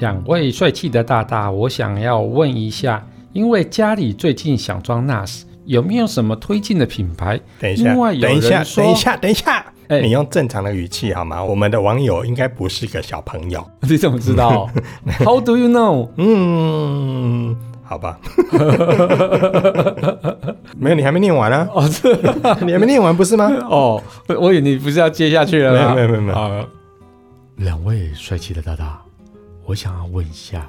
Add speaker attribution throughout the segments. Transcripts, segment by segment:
Speaker 1: 两位帅气的大大，我想要问一下，因为家里最近想装 NAS，有没有什么推荐的品牌？
Speaker 2: 等一下，
Speaker 1: 另外有
Speaker 2: 等一下
Speaker 1: 人，说
Speaker 2: 等一下，等一下，
Speaker 1: 哎
Speaker 2: 你用正常的语气好吗？我们的网友应该不是个小朋友。
Speaker 1: 你怎么知道？How do you know？
Speaker 2: 嗯，好吧。没有，你还没念完啊？
Speaker 1: 哦，这
Speaker 2: 你还没念完不是吗？
Speaker 1: 哦，我我以为你不是要接下去了
Speaker 2: 没有，
Speaker 1: 吗？
Speaker 2: 没有，没有，没有。
Speaker 1: 啊，
Speaker 3: 两位帅气的大大，我想要问一下，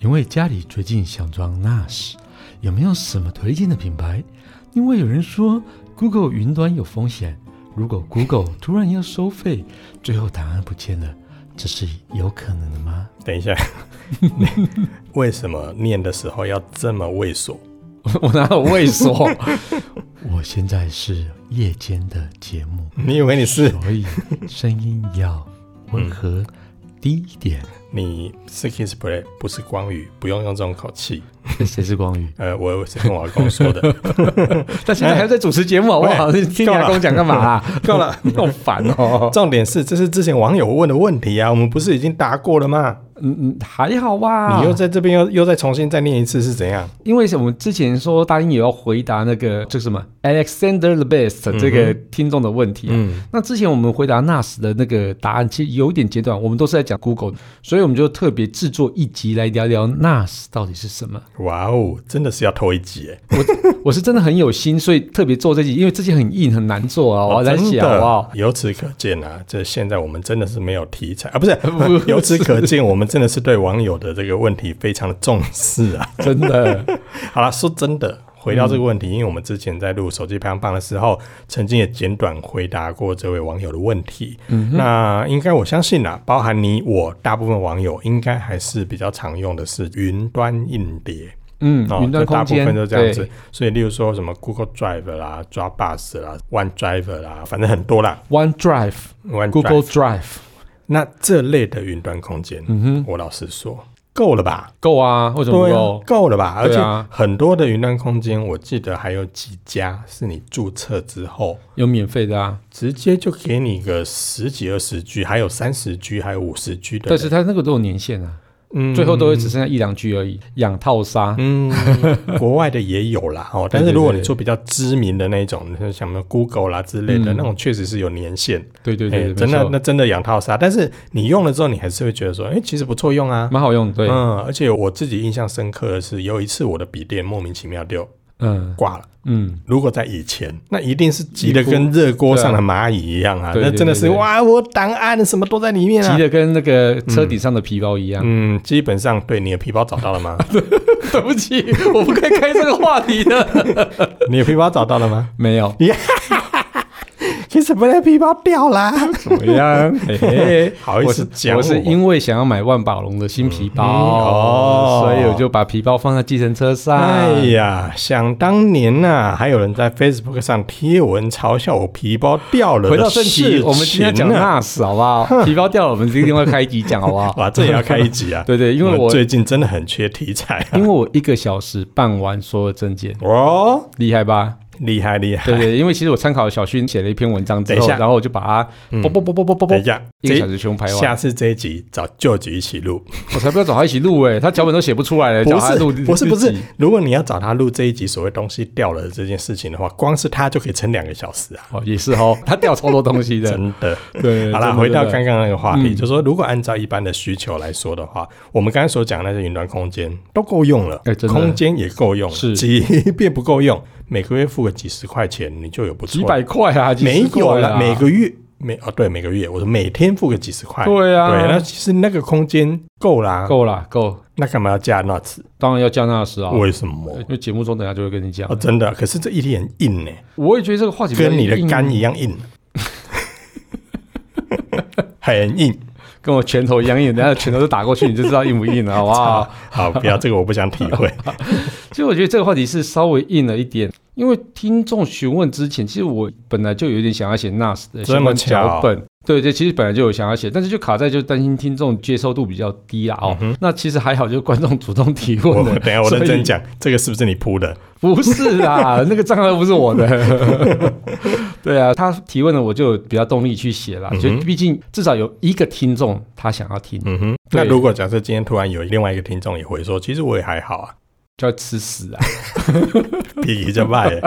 Speaker 3: 因为家里最近想装 NAS，有没有什么推荐的品牌？因为有人说 Google 云端有风险，如果 Google 突然要收费，最后档案不见了，这是有可能的吗？
Speaker 2: 等一下， 为什么念的时候要这么猥琐？
Speaker 1: 我哪有畏缩？
Speaker 3: 我现在是夜间的节目，
Speaker 2: 你以为你是
Speaker 3: 所以声音要温和
Speaker 1: 嗯
Speaker 3: 低一点。
Speaker 2: 你是 Kiss Play，不是光宇，不用用这种口气。
Speaker 3: 谁是光 宇？
Speaker 2: 呃，我是跟我阿公说的。
Speaker 1: 他现在还要在主持节目好不好？
Speaker 3: 哎
Speaker 2: 喂
Speaker 1: 你听你阿公讲干嘛 啊？
Speaker 2: 够了，
Speaker 1: 你好烦哦。
Speaker 2: 重点是这是之前网友问的问题啊，我们不是已经答过了吗？
Speaker 1: 嗯嗯，还好吧。
Speaker 2: 你又在这边又又再重新再念一次是怎样？
Speaker 1: 因为我们之前说答应也要回答那个这个什么 Alexander the
Speaker 3: 嗯
Speaker 1: Best 这个听众的问题、啊。
Speaker 2: 嗯，
Speaker 1: 那之前我们回答 NAS 的那个答案其实有一点阶段，我们都是在讲 Google，所以我们就特别制作一集来聊聊 NAS 到底是什么。
Speaker 2: 哇哦，真的是要偷一集哎！
Speaker 1: 我是真的很有心，所以特别做这集，因为这集很硬很难做啊，我在
Speaker 2: 哦真
Speaker 1: 想
Speaker 2: 的
Speaker 1: 好不好？
Speaker 2: 由此可见啊，这现在我们真的是没有题材 啊，不是？ 由此可见，我们真的是对网友的这个问题非常的重视啊。
Speaker 1: 真的，
Speaker 2: 好了，说真的，回到这个问题，因为我们之前在录手机排行榜的时候，曾经也简短回答过这位网友的问题。嗯、那应该我相信啊，包含你我，大部分网友应该还是比较常用的是云端硬碟。
Speaker 1: 嗯，
Speaker 2: 哦
Speaker 1: 云端
Speaker 2: 这大
Speaker 1: 空
Speaker 2: 部
Speaker 1: 间
Speaker 2: 分都这样子
Speaker 1: 对，
Speaker 2: 所以例如说什么 Google Drive 啦、Dropbox 啦、OneDrive 啦，反正很多啦。
Speaker 1: ，OneDrive、
Speaker 2: OneDrive
Speaker 1: Google Drive
Speaker 2: 那这类的云端空间，嗯、我老实说，够了吧？
Speaker 1: 够啊，为什么不
Speaker 2: 对啊
Speaker 1: 够？
Speaker 2: 够了吧？而
Speaker 1: 对
Speaker 2: 且
Speaker 1: 啊
Speaker 2: 很多的云端空间，我记得还有几家是你注册之后，
Speaker 1: 有免费的啊，
Speaker 2: 直接就给你个十几、二十 G，还有三十 G，还有五十 G 的。
Speaker 1: 但是它那个都有年限啊，
Speaker 2: 嗯
Speaker 1: 最后都会只剩下一两句而已，养套杀。
Speaker 2: 嗯，国外的也有 啦哦，但是
Speaker 1: 对对
Speaker 2: 如果你
Speaker 1: 对
Speaker 2: 说比较知名的那种，像什么 Google 啦之类的、那种，确实是有年限。
Speaker 1: 嗯对对
Speaker 2: 哎
Speaker 1: 对，
Speaker 2: 真的
Speaker 1: 没错
Speaker 2: 那真的养套杀，但是你用了之后，你还是会觉得说，哎、其实不错用啊。
Speaker 1: 蛮好用，对，
Speaker 2: 嗯，而且我自己印象深刻的是，有一次我的笔电莫名其妙就
Speaker 1: 嗯
Speaker 2: 挂了。
Speaker 1: 嗯，
Speaker 2: 如果在以前，那一定是急得跟热锅上的蚂蚁一样啊！
Speaker 1: 对啊
Speaker 2: 那真的是
Speaker 1: 对对对
Speaker 2: 哇，我档案什么都在里面
Speaker 1: 急
Speaker 2: 啊！
Speaker 1: 的跟那个车顶上的皮包一样。
Speaker 2: 嗯，基本上对你的皮包找到了吗？
Speaker 1: 对不起，我不该开这个话题 的。
Speaker 2: 你的皮包找到 了吗？
Speaker 1: 没有，
Speaker 2: 其实不是皮包掉啦。
Speaker 1: 怎么样？嘿嘿
Speaker 2: 好意思讲我
Speaker 1: 我是我是因为想要买万宝龙的新皮包，
Speaker 2: 嗯哦
Speaker 1: 所以我就把皮包放在计程车上。
Speaker 2: 哎呀，想当年呐、还有人在 Facebook 上贴文嘲笑我皮包掉了、
Speaker 1: 回到正题，我们今天讲
Speaker 2: 啊，
Speaker 1: NAS 好不好？皮包掉了，我们另外开一集讲好不好？！
Speaker 2: 哇，这也要开一集啊
Speaker 1: 对对，因为
Speaker 2: 我们
Speaker 1: 我
Speaker 2: 最近真的很缺题材啊
Speaker 1: 因为我一个小时办完所有证件，
Speaker 2: 哦，
Speaker 1: 厉害吧？
Speaker 2: 厉害厉害！
Speaker 1: 对对，因为其实我参考小勋写了一篇文章之
Speaker 2: 等一
Speaker 1: 后，
Speaker 2: 下
Speaker 1: 然后我就把它啵啵啵啵啵啵啵
Speaker 2: 等一，下，
Speaker 1: 一个
Speaker 2: 这
Speaker 1: 小时全部排
Speaker 2: 下
Speaker 1: 完。
Speaker 2: 次这一集找舅舅一起录。
Speaker 1: 我才不要找他一起录哎，他脚本都写不出来了，
Speaker 2: 不
Speaker 1: 找他
Speaker 2: 是
Speaker 1: 录
Speaker 2: 不是不是
Speaker 1: 自己，
Speaker 2: 如果你要找他录这一集所谓东西掉了这件事情的话，光是他就可以撑两个小时啊，
Speaker 1: 哦，也是哦，他掉超多东西的。
Speaker 2: 真的。
Speaker 1: 对，
Speaker 2: 好啦，
Speaker 1: 真的
Speaker 2: 回到
Speaker 1: 真的
Speaker 2: 刚刚那个话题，
Speaker 1: 嗯
Speaker 2: 就说如果按照一般的需求来说的话，我们刚才所讲的那些云端空间都够用了
Speaker 1: 哎，真的
Speaker 2: 空间也够用了，
Speaker 1: 是
Speaker 2: 即便不够用，每个月付个几十块钱，你就有不错
Speaker 1: 几百块啊，几
Speaker 2: 没
Speaker 1: 十
Speaker 2: 有
Speaker 1: 块啊
Speaker 2: 每个月每哦对每个月，我说每天付个几十块，
Speaker 1: 对啊
Speaker 2: 对，那其实那个空间够啦，
Speaker 1: 够啦，够，
Speaker 2: 那干嘛要加 nuts？
Speaker 1: 当然要降那时啊。
Speaker 2: 为什么？
Speaker 1: 因为节目中等下就会跟你讲
Speaker 2: 哦，，真的，可是这一题很硬呢、
Speaker 1: 我也觉得这个话题比较
Speaker 2: 跟你的
Speaker 1: 硬
Speaker 2: 肝一样 硬，很硬。
Speaker 1: 跟我拳头一样硬，等下拳头都打过去，你就知道硬不硬了，好不 好？
Speaker 2: 好，不要这个，我不想体会。
Speaker 1: 其实我觉得这个话题是稍微硬了一点，因为听众询问之前，其实我本来就有点想要写 NAS 的
Speaker 2: 这
Speaker 1: 相
Speaker 2: 么
Speaker 1: 关
Speaker 2: 巧
Speaker 1: 脚本，对对，其实本来就有想要写，但是就卡在就担心听众接受度比较低啦哦。那其实还好，就是观众主动提
Speaker 2: 我
Speaker 1: 问
Speaker 2: 嗯
Speaker 1: 的。
Speaker 2: 我 等一下我
Speaker 1: 所以
Speaker 2: 认真讲，这个是不是你铺的？
Speaker 1: 不是 啦，那个账号又不是我的。对啊，他提问了，我就有比较动力去写啦。
Speaker 2: 嗯哼
Speaker 1: 就毕竟至少有一个听众他想要听，
Speaker 2: 嗯哼，
Speaker 1: 对
Speaker 2: 那如果假设今天突然有另外一个听众也回说，其实我也还好啊，
Speaker 1: 就要吃屎啊！
Speaker 2: 比 较慢耶。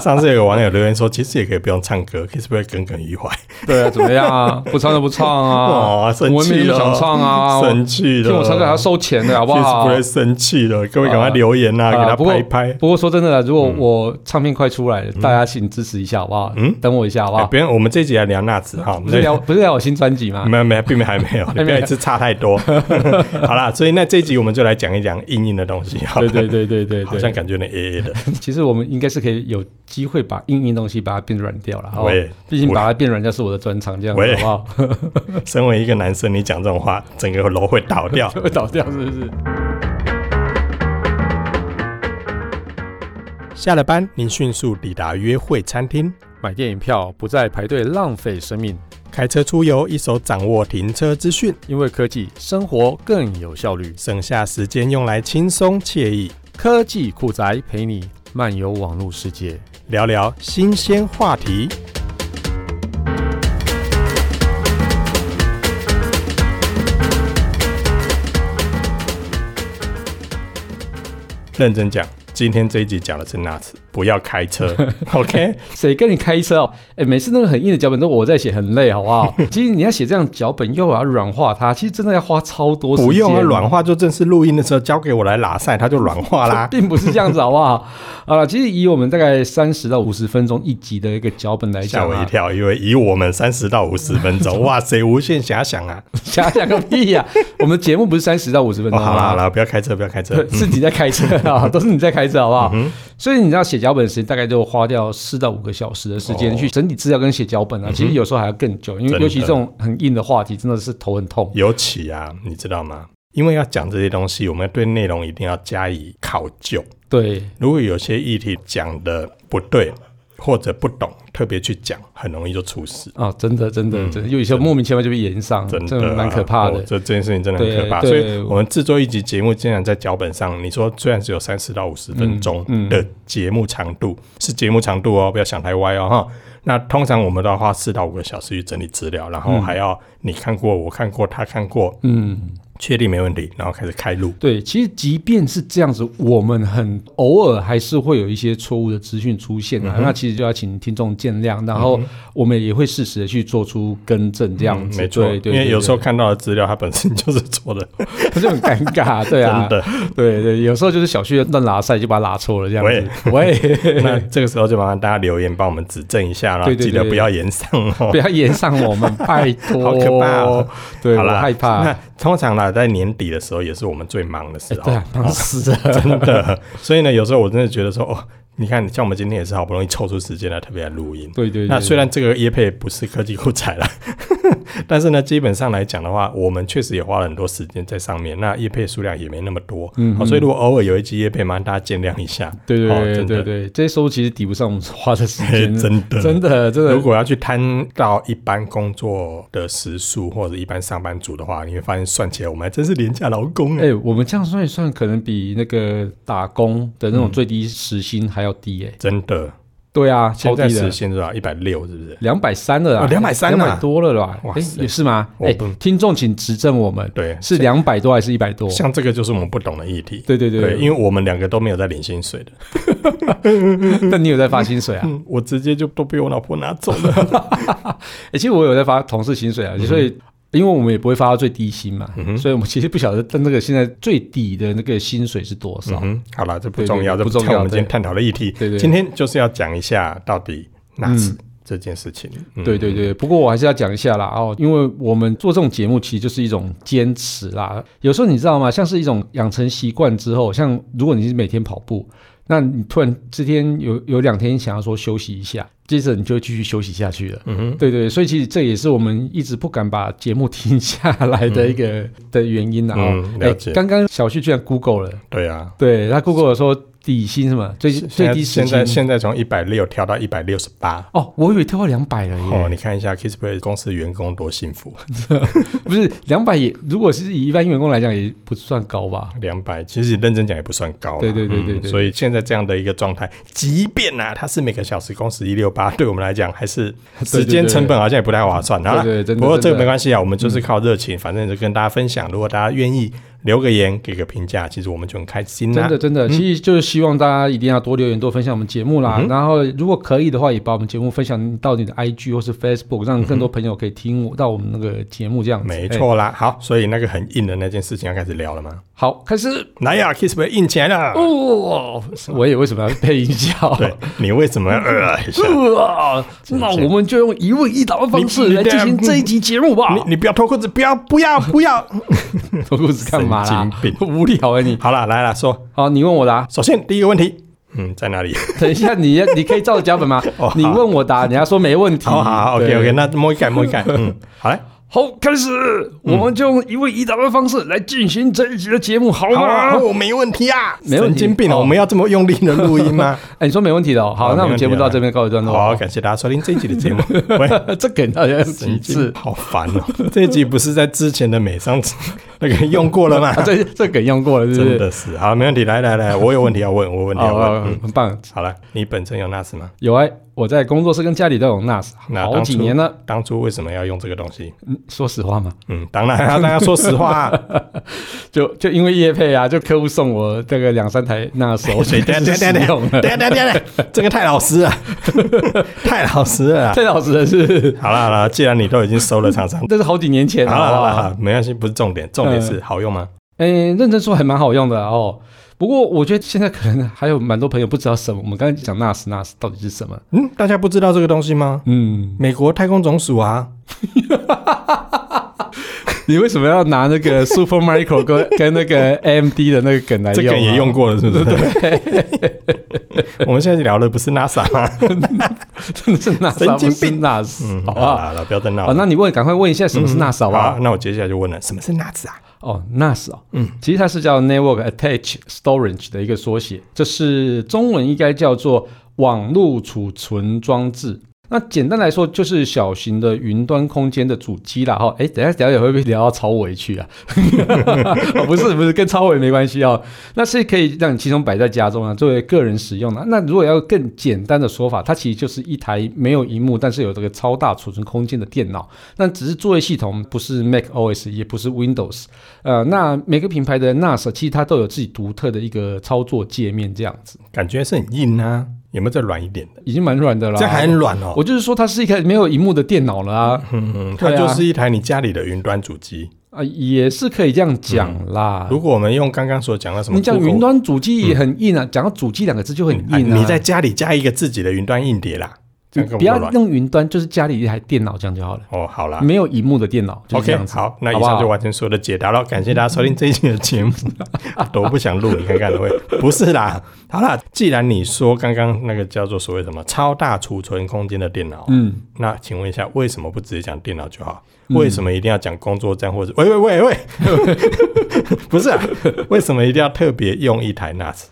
Speaker 2: 上次有个网友留言说，其实也可以不用唱歌，可是不会耿耿于怀？
Speaker 1: 对啊，怎么样啊？ 不唱就不唱啊！
Speaker 2: 哦，生
Speaker 1: 我也
Speaker 2: 气
Speaker 1: 没有
Speaker 2: 了，
Speaker 1: 想唱啊，我
Speaker 2: 生气了，
Speaker 1: 听我唱歌还要收钱的好不好？
Speaker 2: Kiss Play 生气了，各位赶快
Speaker 1: 啊
Speaker 2: 留言呐、
Speaker 1: 啊
Speaker 2: 给他
Speaker 1: 不过
Speaker 2: 拍一拍。
Speaker 1: 不过说真的啦，
Speaker 2: 嗯
Speaker 1: 如果我唱片快出来了，大家请支持一下好不好？
Speaker 2: 嗯
Speaker 1: 等我一下好不
Speaker 2: 哎
Speaker 1: 好？
Speaker 2: 不用，我们这一集来聊纳子哈，我们
Speaker 1: 不是
Speaker 2: 再
Speaker 1: 聊不是聊我新专辑吗？
Speaker 2: 没有没有，并没有还没有，你不要一次差太多。 好啦，所以那这一集我们就来讲一讲硬硬的东西，好了
Speaker 1: 对对对对对
Speaker 2: 好像
Speaker 1: 对，
Speaker 2: 感觉有点 A A 的，
Speaker 1: 其实我们应该是可以有机会把硬硬东西把它变软掉了。好不好
Speaker 2: 喂
Speaker 1: 毕竟把它变软掉是我的专长，这样子
Speaker 2: 喂
Speaker 1: 好不好？
Speaker 2: 身为一个男生，你讲这种话，整个楼会倒掉。
Speaker 1: 会倒掉是不是？
Speaker 2: 下了班，您迅速抵达约会餐厅，
Speaker 1: 买电影票不再排队浪费生命，
Speaker 2: 开车出游，一手掌握停车资讯，
Speaker 1: 因为科技生活更有效率。
Speaker 2: 省下时间用来轻松惬意
Speaker 1: 科技酷宅陪你漫游网络世界。
Speaker 2: 聊聊新鲜话题。认真讲，今天这一集讲的是 nuts，不要开车 ，OK？
Speaker 1: 谁跟你开车哦？哎，每次那个很硬的脚本都我在写，很累，好不 好？其实你要写这样脚本，又要软化它，其实真的要花超多时间。。
Speaker 2: 不用啊，软化就正式录音的时候交给我来拉塞，它就软化啦
Speaker 1: 并不是这样子，好不好？ 好了，其实以我们大概三十到五十分钟一集的一个脚本来
Speaker 2: 吓
Speaker 1: 讲、
Speaker 2: 我一
Speaker 1: 啊，
Speaker 2: 跳，因为以我们三十到五十分 钟，哇塞，无限遐想啊！
Speaker 1: 想想个屁呀、我们节目不是三十到五十分
Speaker 2: 哦，
Speaker 1: 钟吗？
Speaker 2: 好啦好啦，不要开车，不要开车
Speaker 1: 对，。是你在开车啊，都是你在开车，好不好？所以你知道写脚本时间大概就花掉四到五个小时的时间
Speaker 2: 哦
Speaker 1: 去整理资料跟写脚本啊，其实有时候还要更久，因为
Speaker 2: 真
Speaker 1: 尤其
Speaker 2: 的
Speaker 1: 这种很硬的话题，真的是头很痛。
Speaker 2: 尤其啊，你知道吗？因为要讲这些东西，我们对内容一定要加以考究。
Speaker 1: 对，
Speaker 2: 如果有些议题讲的不对或者不懂，特别去讲，很容易就出事。
Speaker 1: 啊，真的，真的，
Speaker 2: 嗯
Speaker 1: 真的，有些莫名其妙就被延上，
Speaker 2: 真的
Speaker 1: 真
Speaker 2: 啊
Speaker 1: 蛮可怕
Speaker 2: 哦
Speaker 1: 的。
Speaker 2: 这这件事情真的很可怕。
Speaker 1: 对
Speaker 2: 所
Speaker 1: 对
Speaker 2: 以我们制作一集节目，竟然在脚本上，你说虽然只有三十到五十分钟
Speaker 1: 嗯嗯
Speaker 2: 的节目长度，是节目长度哦，不要想太歪哦哈。那通常我们都要花四到五个小时去整理资料，然后还要你看过、我看过、他看过，
Speaker 1: 嗯，
Speaker 2: 确定没问题，然后开始开录。
Speaker 1: 对，其实即便是这样子，我们很偶尔还是会有一些错误的资讯出现啊。那其实就要请听众见谅，然后我们也会适时的去做出更正，这样
Speaker 2: 嗯
Speaker 1: 子。
Speaker 2: 没错，
Speaker 1: 对对，
Speaker 2: 因为
Speaker 1: 对
Speaker 2: 有时候
Speaker 1: 对
Speaker 2: 看到的资料，它本身就是错的，
Speaker 1: 不是很尴尬，对啊
Speaker 2: 真，的。
Speaker 1: 对对，有时候就是小旭乱拉赛就把他拉错了这样子。
Speaker 2: 那
Speaker 1: 喂，
Speaker 2: 这个时候就麻烦大家留言帮我们指正一下啦，
Speaker 1: 对对
Speaker 2: 记得
Speaker 1: 对
Speaker 2: 不要延上哦
Speaker 1: 不。要延上我们，拜托，
Speaker 2: 好可怕哦！
Speaker 1: 对，
Speaker 2: 好
Speaker 1: 我
Speaker 2: 啦
Speaker 1: 害怕
Speaker 2: 那。通常啦，在年底的时候也是我们最忙的时
Speaker 1: 哎
Speaker 2: 候，
Speaker 1: 对啊，忙死了。
Speaker 2: 真的。所以呢，有时候我真的觉得说，哦，你看，像我们今天也是好不容易抽出时间来特别来录音。
Speaker 1: 对对，对
Speaker 2: 那虽然这个业配不是科技酷彩啦， 但是呢，基本上来讲的话，我们确实也花了很多时间在上面。那业配数量也没那么多，哦
Speaker 1: 嗯
Speaker 2: 好、所以如果偶尔有一集业配，麻烦大家见谅一下。
Speaker 1: 对对对
Speaker 2: 哦
Speaker 1: 对
Speaker 2: 真的
Speaker 1: 对对，这些收入其实抵不上我们花的时
Speaker 2: 嘿
Speaker 1: 间，
Speaker 2: 真的
Speaker 1: 真的真
Speaker 2: 如
Speaker 1: 的。
Speaker 2: 果要去摊到一般工作的时数或者一般上班族的话，你会发现算起来我们还真是廉价劳工哎、
Speaker 1: 哎、我们这样算一算，可能比那个打工的那种最低时薪还要低哎、
Speaker 2: 真的。
Speaker 1: 对啊，
Speaker 2: 现
Speaker 1: 超
Speaker 2: 在
Speaker 1: 低
Speaker 2: 时
Speaker 1: 的，
Speaker 2: 薪是吧？一百六是不是？
Speaker 1: 两百三了啦，
Speaker 2: 哦230
Speaker 1: 两
Speaker 2: 啊
Speaker 1: 百多了啦。
Speaker 2: 哇
Speaker 1: 哎、
Speaker 2: 塞
Speaker 1: 也是吗？
Speaker 2: 我
Speaker 1: 哎、
Speaker 2: 不
Speaker 1: 听众请指正我们，
Speaker 2: 对
Speaker 1: 是两百多还是一百多？
Speaker 2: 像这个就是我们不懂的议题。
Speaker 1: 对对对
Speaker 2: 因为我们两个都没有在领薪水的，
Speaker 1: 那你有在发薪水啊？
Speaker 2: 嗯，我直接就都被我老婆拿走了。
Speaker 1: 哎、其实我有在发同事薪水啊，所以。因为我们也不会发到最低薪嘛，所以我们其实不晓得，但那个现在最底的那个薪水是多少？
Speaker 2: 嗯，好了，这不重要，
Speaker 1: 对对对不
Speaker 2: 这不
Speaker 1: 重
Speaker 2: 是
Speaker 1: 要
Speaker 2: 我们今天探讨的议题。
Speaker 1: 对对
Speaker 2: 今天就是要讲一下到底纳斯这件事情。嗯
Speaker 1: 对对对，不过我还是要讲一下啦哦，因为我们做这种节目其实就是一种坚持啦。有时候你知道吗？像是一种养成习惯之后，像如果你是每天跑步，那你突然之天有有两天想要说休息一下，接着你就会继续休息下去了。
Speaker 2: 嗯哼，
Speaker 1: 对对，所以其实这也是我们一直不敢把节目停下来的一个、的原因啦、哦。
Speaker 2: 嗯嗯了解
Speaker 1: 刚刚小旭居然 Google 了，
Speaker 2: 对啊，
Speaker 1: 对他 Google 说底薪是吗？最最低时
Speaker 2: 现在
Speaker 1: 薪
Speaker 2: 现在从一百六调到一百六十八。
Speaker 1: 哦，我以为跳到两百了
Speaker 2: 哦，
Speaker 1: 耶，
Speaker 2: 你看一下 Kissplay 公司员工多幸福，
Speaker 1: 不是两百也，如果是以一般员工来讲，也不算高吧？
Speaker 2: 两百其实认真讲也不算高啦。
Speaker 1: 对对对对
Speaker 2: 嗯
Speaker 1: 对
Speaker 2: 所以现在这样的一个状态，即便啊，它是每个小时工时一六八，对我们来讲 还是时间成本好像也不太划算啊。
Speaker 1: 对对真的嗯
Speaker 2: 不过这个没
Speaker 1: 系。
Speaker 2: 关系啊，我们就是靠热情，反正就跟大家分享。如果大家愿意留个言，给个评价，其实我们就很开心啦、
Speaker 1: 真的，真的，其实就是希望大家一定要多留言，多分享我们节目啦。
Speaker 2: 嗯嗯哼
Speaker 1: 然后，如果可以的话，也把我们节目分享到你的 IG 或是 Facebook，让更多朋友可以听到我们那个节目。这样子，
Speaker 2: 没
Speaker 1: 哎。
Speaker 2: 错啦。好，所以那个很硬的那件事情要开始聊了吗？
Speaker 1: 好，开始。
Speaker 2: 来呀，Kissplay 硬起来了。
Speaker 1: 哦，我也为什么要配音效？
Speaker 2: 对你为什么要呃一下？
Speaker 1: 啊，那我们就用一问一答的方式
Speaker 2: 你
Speaker 1: 来进行这一集节目吧。
Speaker 2: 你你不要脱裤子，不要不要不要！
Speaker 1: 脱裤子 干嘛啦？
Speaker 2: 神 经
Speaker 1: 无聊哎、你。
Speaker 2: 好了，来了，说，
Speaker 1: 好，你问我答。
Speaker 2: 首先第一个问题，嗯，在哪里？
Speaker 1: 等一下你，你可以照着脚本吗？
Speaker 2: 哦好
Speaker 1: 你问我答，你要说没问题。
Speaker 2: 哦好好好，OK
Speaker 1: 对
Speaker 2: OK，那摸一盖摸一 盖，嗯，好嘞，
Speaker 1: 好，开始，我们就用一问一答的方式来进行这一集的节目，好
Speaker 2: 好啊，
Speaker 1: 吗？
Speaker 2: 我没问题啊，
Speaker 1: 没问
Speaker 2: 神
Speaker 1: 题
Speaker 2: 经病啊，
Speaker 1: 哦
Speaker 2: 我们要这么用力的录音吗？
Speaker 1: 哎，你说没问题的哦。
Speaker 2: 好
Speaker 1: 好，那我
Speaker 2: 没问
Speaker 1: 们
Speaker 2: 题
Speaker 1: 节目
Speaker 2: 啊
Speaker 1: 到这边告一段落。
Speaker 2: 好，感谢大家收听这一集的 节目，喂。
Speaker 1: 这梗好像
Speaker 2: 神
Speaker 1: 几
Speaker 2: 经
Speaker 1: 次？
Speaker 2: 好烦哦！这一集不是在之前的美商 那个用过了吗
Speaker 1: 啊，？这这梗用过了，是不
Speaker 2: 真
Speaker 1: 是？
Speaker 2: 的是，好，没问题，来 来来，我有问题要问，我有问题要
Speaker 1: 哦，
Speaker 2: 问。
Speaker 1: 哦
Speaker 2: 嗯，
Speaker 1: 很棒。
Speaker 2: 好了，你本身有 NAS 吗？
Speaker 1: 有哎，我在工作室跟家里都有 NAS，
Speaker 2: 那
Speaker 1: 好
Speaker 2: 当
Speaker 1: 几
Speaker 2: 初
Speaker 1: 年了。
Speaker 2: 当初为什么要用这个东西？
Speaker 1: 嗯说实话嘛，
Speaker 2: 嗯，当然啊，大家说实话啊，
Speaker 1: 就就因为业配啊，就客户送我这个两三台那时候，我
Speaker 2: 所
Speaker 1: 觉
Speaker 2: 以
Speaker 1: 得
Speaker 2: 等一
Speaker 1: 是
Speaker 2: 下等一
Speaker 1: 实
Speaker 2: 下
Speaker 1: 用
Speaker 2: 等一
Speaker 1: 的。
Speaker 2: 下等一下等一下等一下，这个太老实了，太老实了啊。
Speaker 1: 太老实了，是不是，
Speaker 2: 好了好了，既然你都已经收了厂商，
Speaker 1: 这是好几年前
Speaker 2: 好了
Speaker 1: 好
Speaker 2: 好
Speaker 1: 不
Speaker 2: 了，
Speaker 1: 好
Speaker 2: 好啦没关系，不是重点，重点是好用吗？
Speaker 1: 诶，哎认真说还蛮好用的啊哦。不过我觉得现在可能还有蛮多朋友不知道什么，我们刚才讲 NAS NAS 到底是什么？
Speaker 2: 嗯，大家不知道这个东西吗？
Speaker 1: 嗯，
Speaker 2: 美国太空总署啊，
Speaker 1: 你为什么要拿那 个 Super Micro 跟跟那个 AMD 的那个梗来
Speaker 2: 这
Speaker 1: 用、啊？
Speaker 2: 个也用过了，是不是？我们现在聊的不是 NASA 吗？
Speaker 1: 真的是 NAS，
Speaker 2: 神经
Speaker 1: 不是
Speaker 2: 病
Speaker 1: NAS，好不嗯好？
Speaker 2: 好了，不要再闹
Speaker 1: 好，
Speaker 2: 了。
Speaker 1: 那你问，赶快问一下什么是 NAS 好不好？啊
Speaker 2: 那我接下来就问了，什么是 NAS 啊？
Speaker 1: 哦，NAS 哦，嗯，其实它是叫 Network Attached Storage 的一个缩写，这是中文应该叫做网络储存装置。那简单来说，就是小型的云端空间的主机啦。哈，哎，等一下聊也会不会聊到超伟去啊？ 哦不是不是，跟超伟没关系哦。那是可以让你轻松摆在家中啊，作为个人使用的。那如果要更简单的说法，它其实就是一台没有荧幕，但是有这个超大储存空间的电脑。那只是作业系统不是 Mac OS，也不是 Windows。呃，那每个品牌的 NAS 其实它都有自己独特的一个操作界面，这样子
Speaker 2: 感觉是很硬啊，有没有再软一点的？
Speaker 1: 已经蛮软的啦。
Speaker 2: 这还很软哦。
Speaker 1: 我就是说，它是一台没有荧幕的电脑了啊，
Speaker 2: 嗯嗯，它
Speaker 1: 对啊
Speaker 2: 就是一台你家里的云端主机。
Speaker 1: 啊，也是可以这样讲啦。
Speaker 2: 嗯如果我们用刚刚所讲的什么
Speaker 1: 你讲
Speaker 2: Google-
Speaker 1: 云端主机也很硬啊，讲到主机两个字就很
Speaker 2: 啊，
Speaker 1: 硬啊。
Speaker 2: 你在家里加一个自己的云端硬碟啦，这
Speaker 1: 你
Speaker 2: 样够
Speaker 1: 不
Speaker 2: 够
Speaker 1: 要
Speaker 2: 软？
Speaker 1: 用云端，就是家里一台电脑这样就好了，
Speaker 2: 哦，好啦。
Speaker 1: 没有荧幕的电脑就是这
Speaker 2: OK，
Speaker 1: 样子。
Speaker 2: 好，那以
Speaker 1: 好不
Speaker 2: 上
Speaker 1: 好
Speaker 2: 就完成所有的解答了。感谢大家收听这一期的节目， 多不想录，你看看会不是啦。好啦，既然你说刚刚那个叫做所谓什么超大储存空间的电脑，
Speaker 1: 嗯，
Speaker 2: 那请问一下，为什么不直接讲电脑就好？为什么一定要讲工作站或者？喂喂喂喂， 不是、啊，为什么一定要特别用一台 NAS？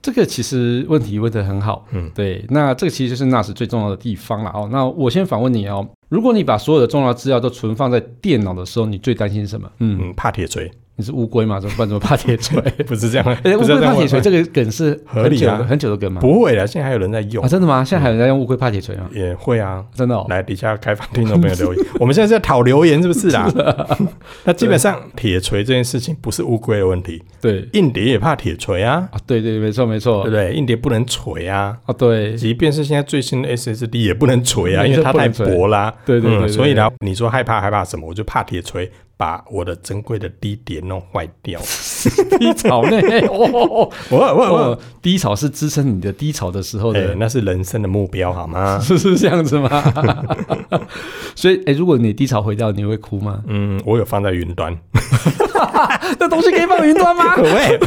Speaker 1: 这个其实问题问得很好，
Speaker 2: 嗯
Speaker 1: 嗯，对，那这个其实就是 NAS 最重要的地方了哦。那我先反问你哦，如果你把所有的重要资料都存放在电脑的时候，你最担心什么？嗯，
Speaker 2: 嗯，怕铁锤，
Speaker 1: 你是乌龟吗？怎么办？怎么怕铁 锤？
Speaker 2: 不是这样，
Speaker 1: 哎，乌龟
Speaker 2: 不是这样
Speaker 1: 怕
Speaker 2: 问
Speaker 1: 铁锤
Speaker 2: 吗
Speaker 1: 这个梗是
Speaker 2: 合
Speaker 1: 很
Speaker 2: 理
Speaker 1: 久
Speaker 2: 啊
Speaker 1: 的很久的梗吗？
Speaker 2: 不会的，现在还有人在用，
Speaker 1: 啊，真的吗？现在还有人在用乌龟怕铁锤吗？
Speaker 2: 也会啊。
Speaker 1: 真的哦，
Speaker 2: 来，底下开放听众朋友 留言。我们现在是在讨留言，是不是啦？
Speaker 1: 啊
Speaker 2: 那基本上铁锤这件事情不是乌龟的问题，
Speaker 1: 对
Speaker 2: 硬碟也怕铁锤啊，
Speaker 1: 啊，对对，没错没
Speaker 2: 对
Speaker 1: 错
Speaker 2: 不，对？硬碟不能锤啊，
Speaker 1: 啊对
Speaker 2: 即便是现在最新的 SSD 也不能锤啊，
Speaker 1: 没
Speaker 2: 因为
Speaker 1: 错
Speaker 2: 它
Speaker 1: 不
Speaker 2: 太
Speaker 1: 能锤
Speaker 2: 薄啦。
Speaker 1: 对对对
Speaker 2: 嗯，
Speaker 1: 对，
Speaker 2: 所以呢，你说害怕害怕什么？我就怕铁锤把我的珍贵的低碟弄坏 掉。
Speaker 1: 对低潮 呢，哦哦
Speaker 2: 我
Speaker 1: 哦
Speaker 2: 我我，
Speaker 1: 哦，低潮是支撑你的低潮的时候
Speaker 2: 哎、
Speaker 1: 的
Speaker 2: 那是人生的目标好吗？
Speaker 1: 是是这样子吗？ 所以，哎、如果你低潮回到，你会哭吗？
Speaker 2: 嗯，我有放在云端。
Speaker 1: 那东西可以放云端 吗？
Speaker 2: 喂，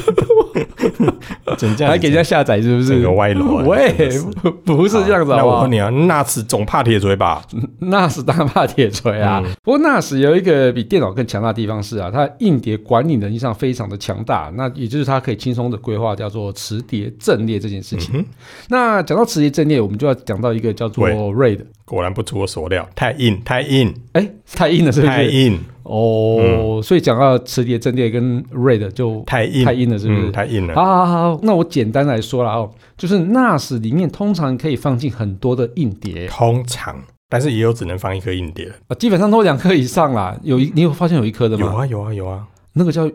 Speaker 2: 真这样
Speaker 1: 还给人家下载是不
Speaker 2: 整
Speaker 1: 是
Speaker 2: 个？歪楼、啊。
Speaker 1: 喂
Speaker 2: 真的是，
Speaker 1: 不不是这样子
Speaker 2: 那
Speaker 1: 好不
Speaker 2: 我
Speaker 1: 好
Speaker 2: 问？你啊，那次总怕铁锤吧？嗯
Speaker 1: 那是大怕铁锤啊！不过那时有一个比电脑更更强大的地方是啊，它的硬碟管理能力上非常的强大，那也就是它可以轻松的规划叫做磁碟阵列这件事情。那讲到磁碟阵列，我们就要讲到一个叫做
Speaker 2: 嗯喂
Speaker 1: RAID，
Speaker 2: 果然不出我所料，太硬，太硬，
Speaker 1: 哎、太硬了是不
Speaker 2: 太
Speaker 1: 是？
Speaker 2: 硬，嗯
Speaker 1: 哦，所以讲到磁碟阵列跟 RAID 就
Speaker 2: 太硬，
Speaker 1: 太硬了是不是？
Speaker 2: 嗯太硬 了。
Speaker 1: 好好好，那我简单来说啦哦，就是 NAS 里面通常可以放进很多的硬碟啊、
Speaker 2: 通常，但是也有只能放一颗硬碟。
Speaker 1: 基本上都两颗以上啦。有一你有发现有一颗的
Speaker 2: 有
Speaker 1: 吗？
Speaker 2: 啊，有啊，有啊。
Speaker 1: 那个叫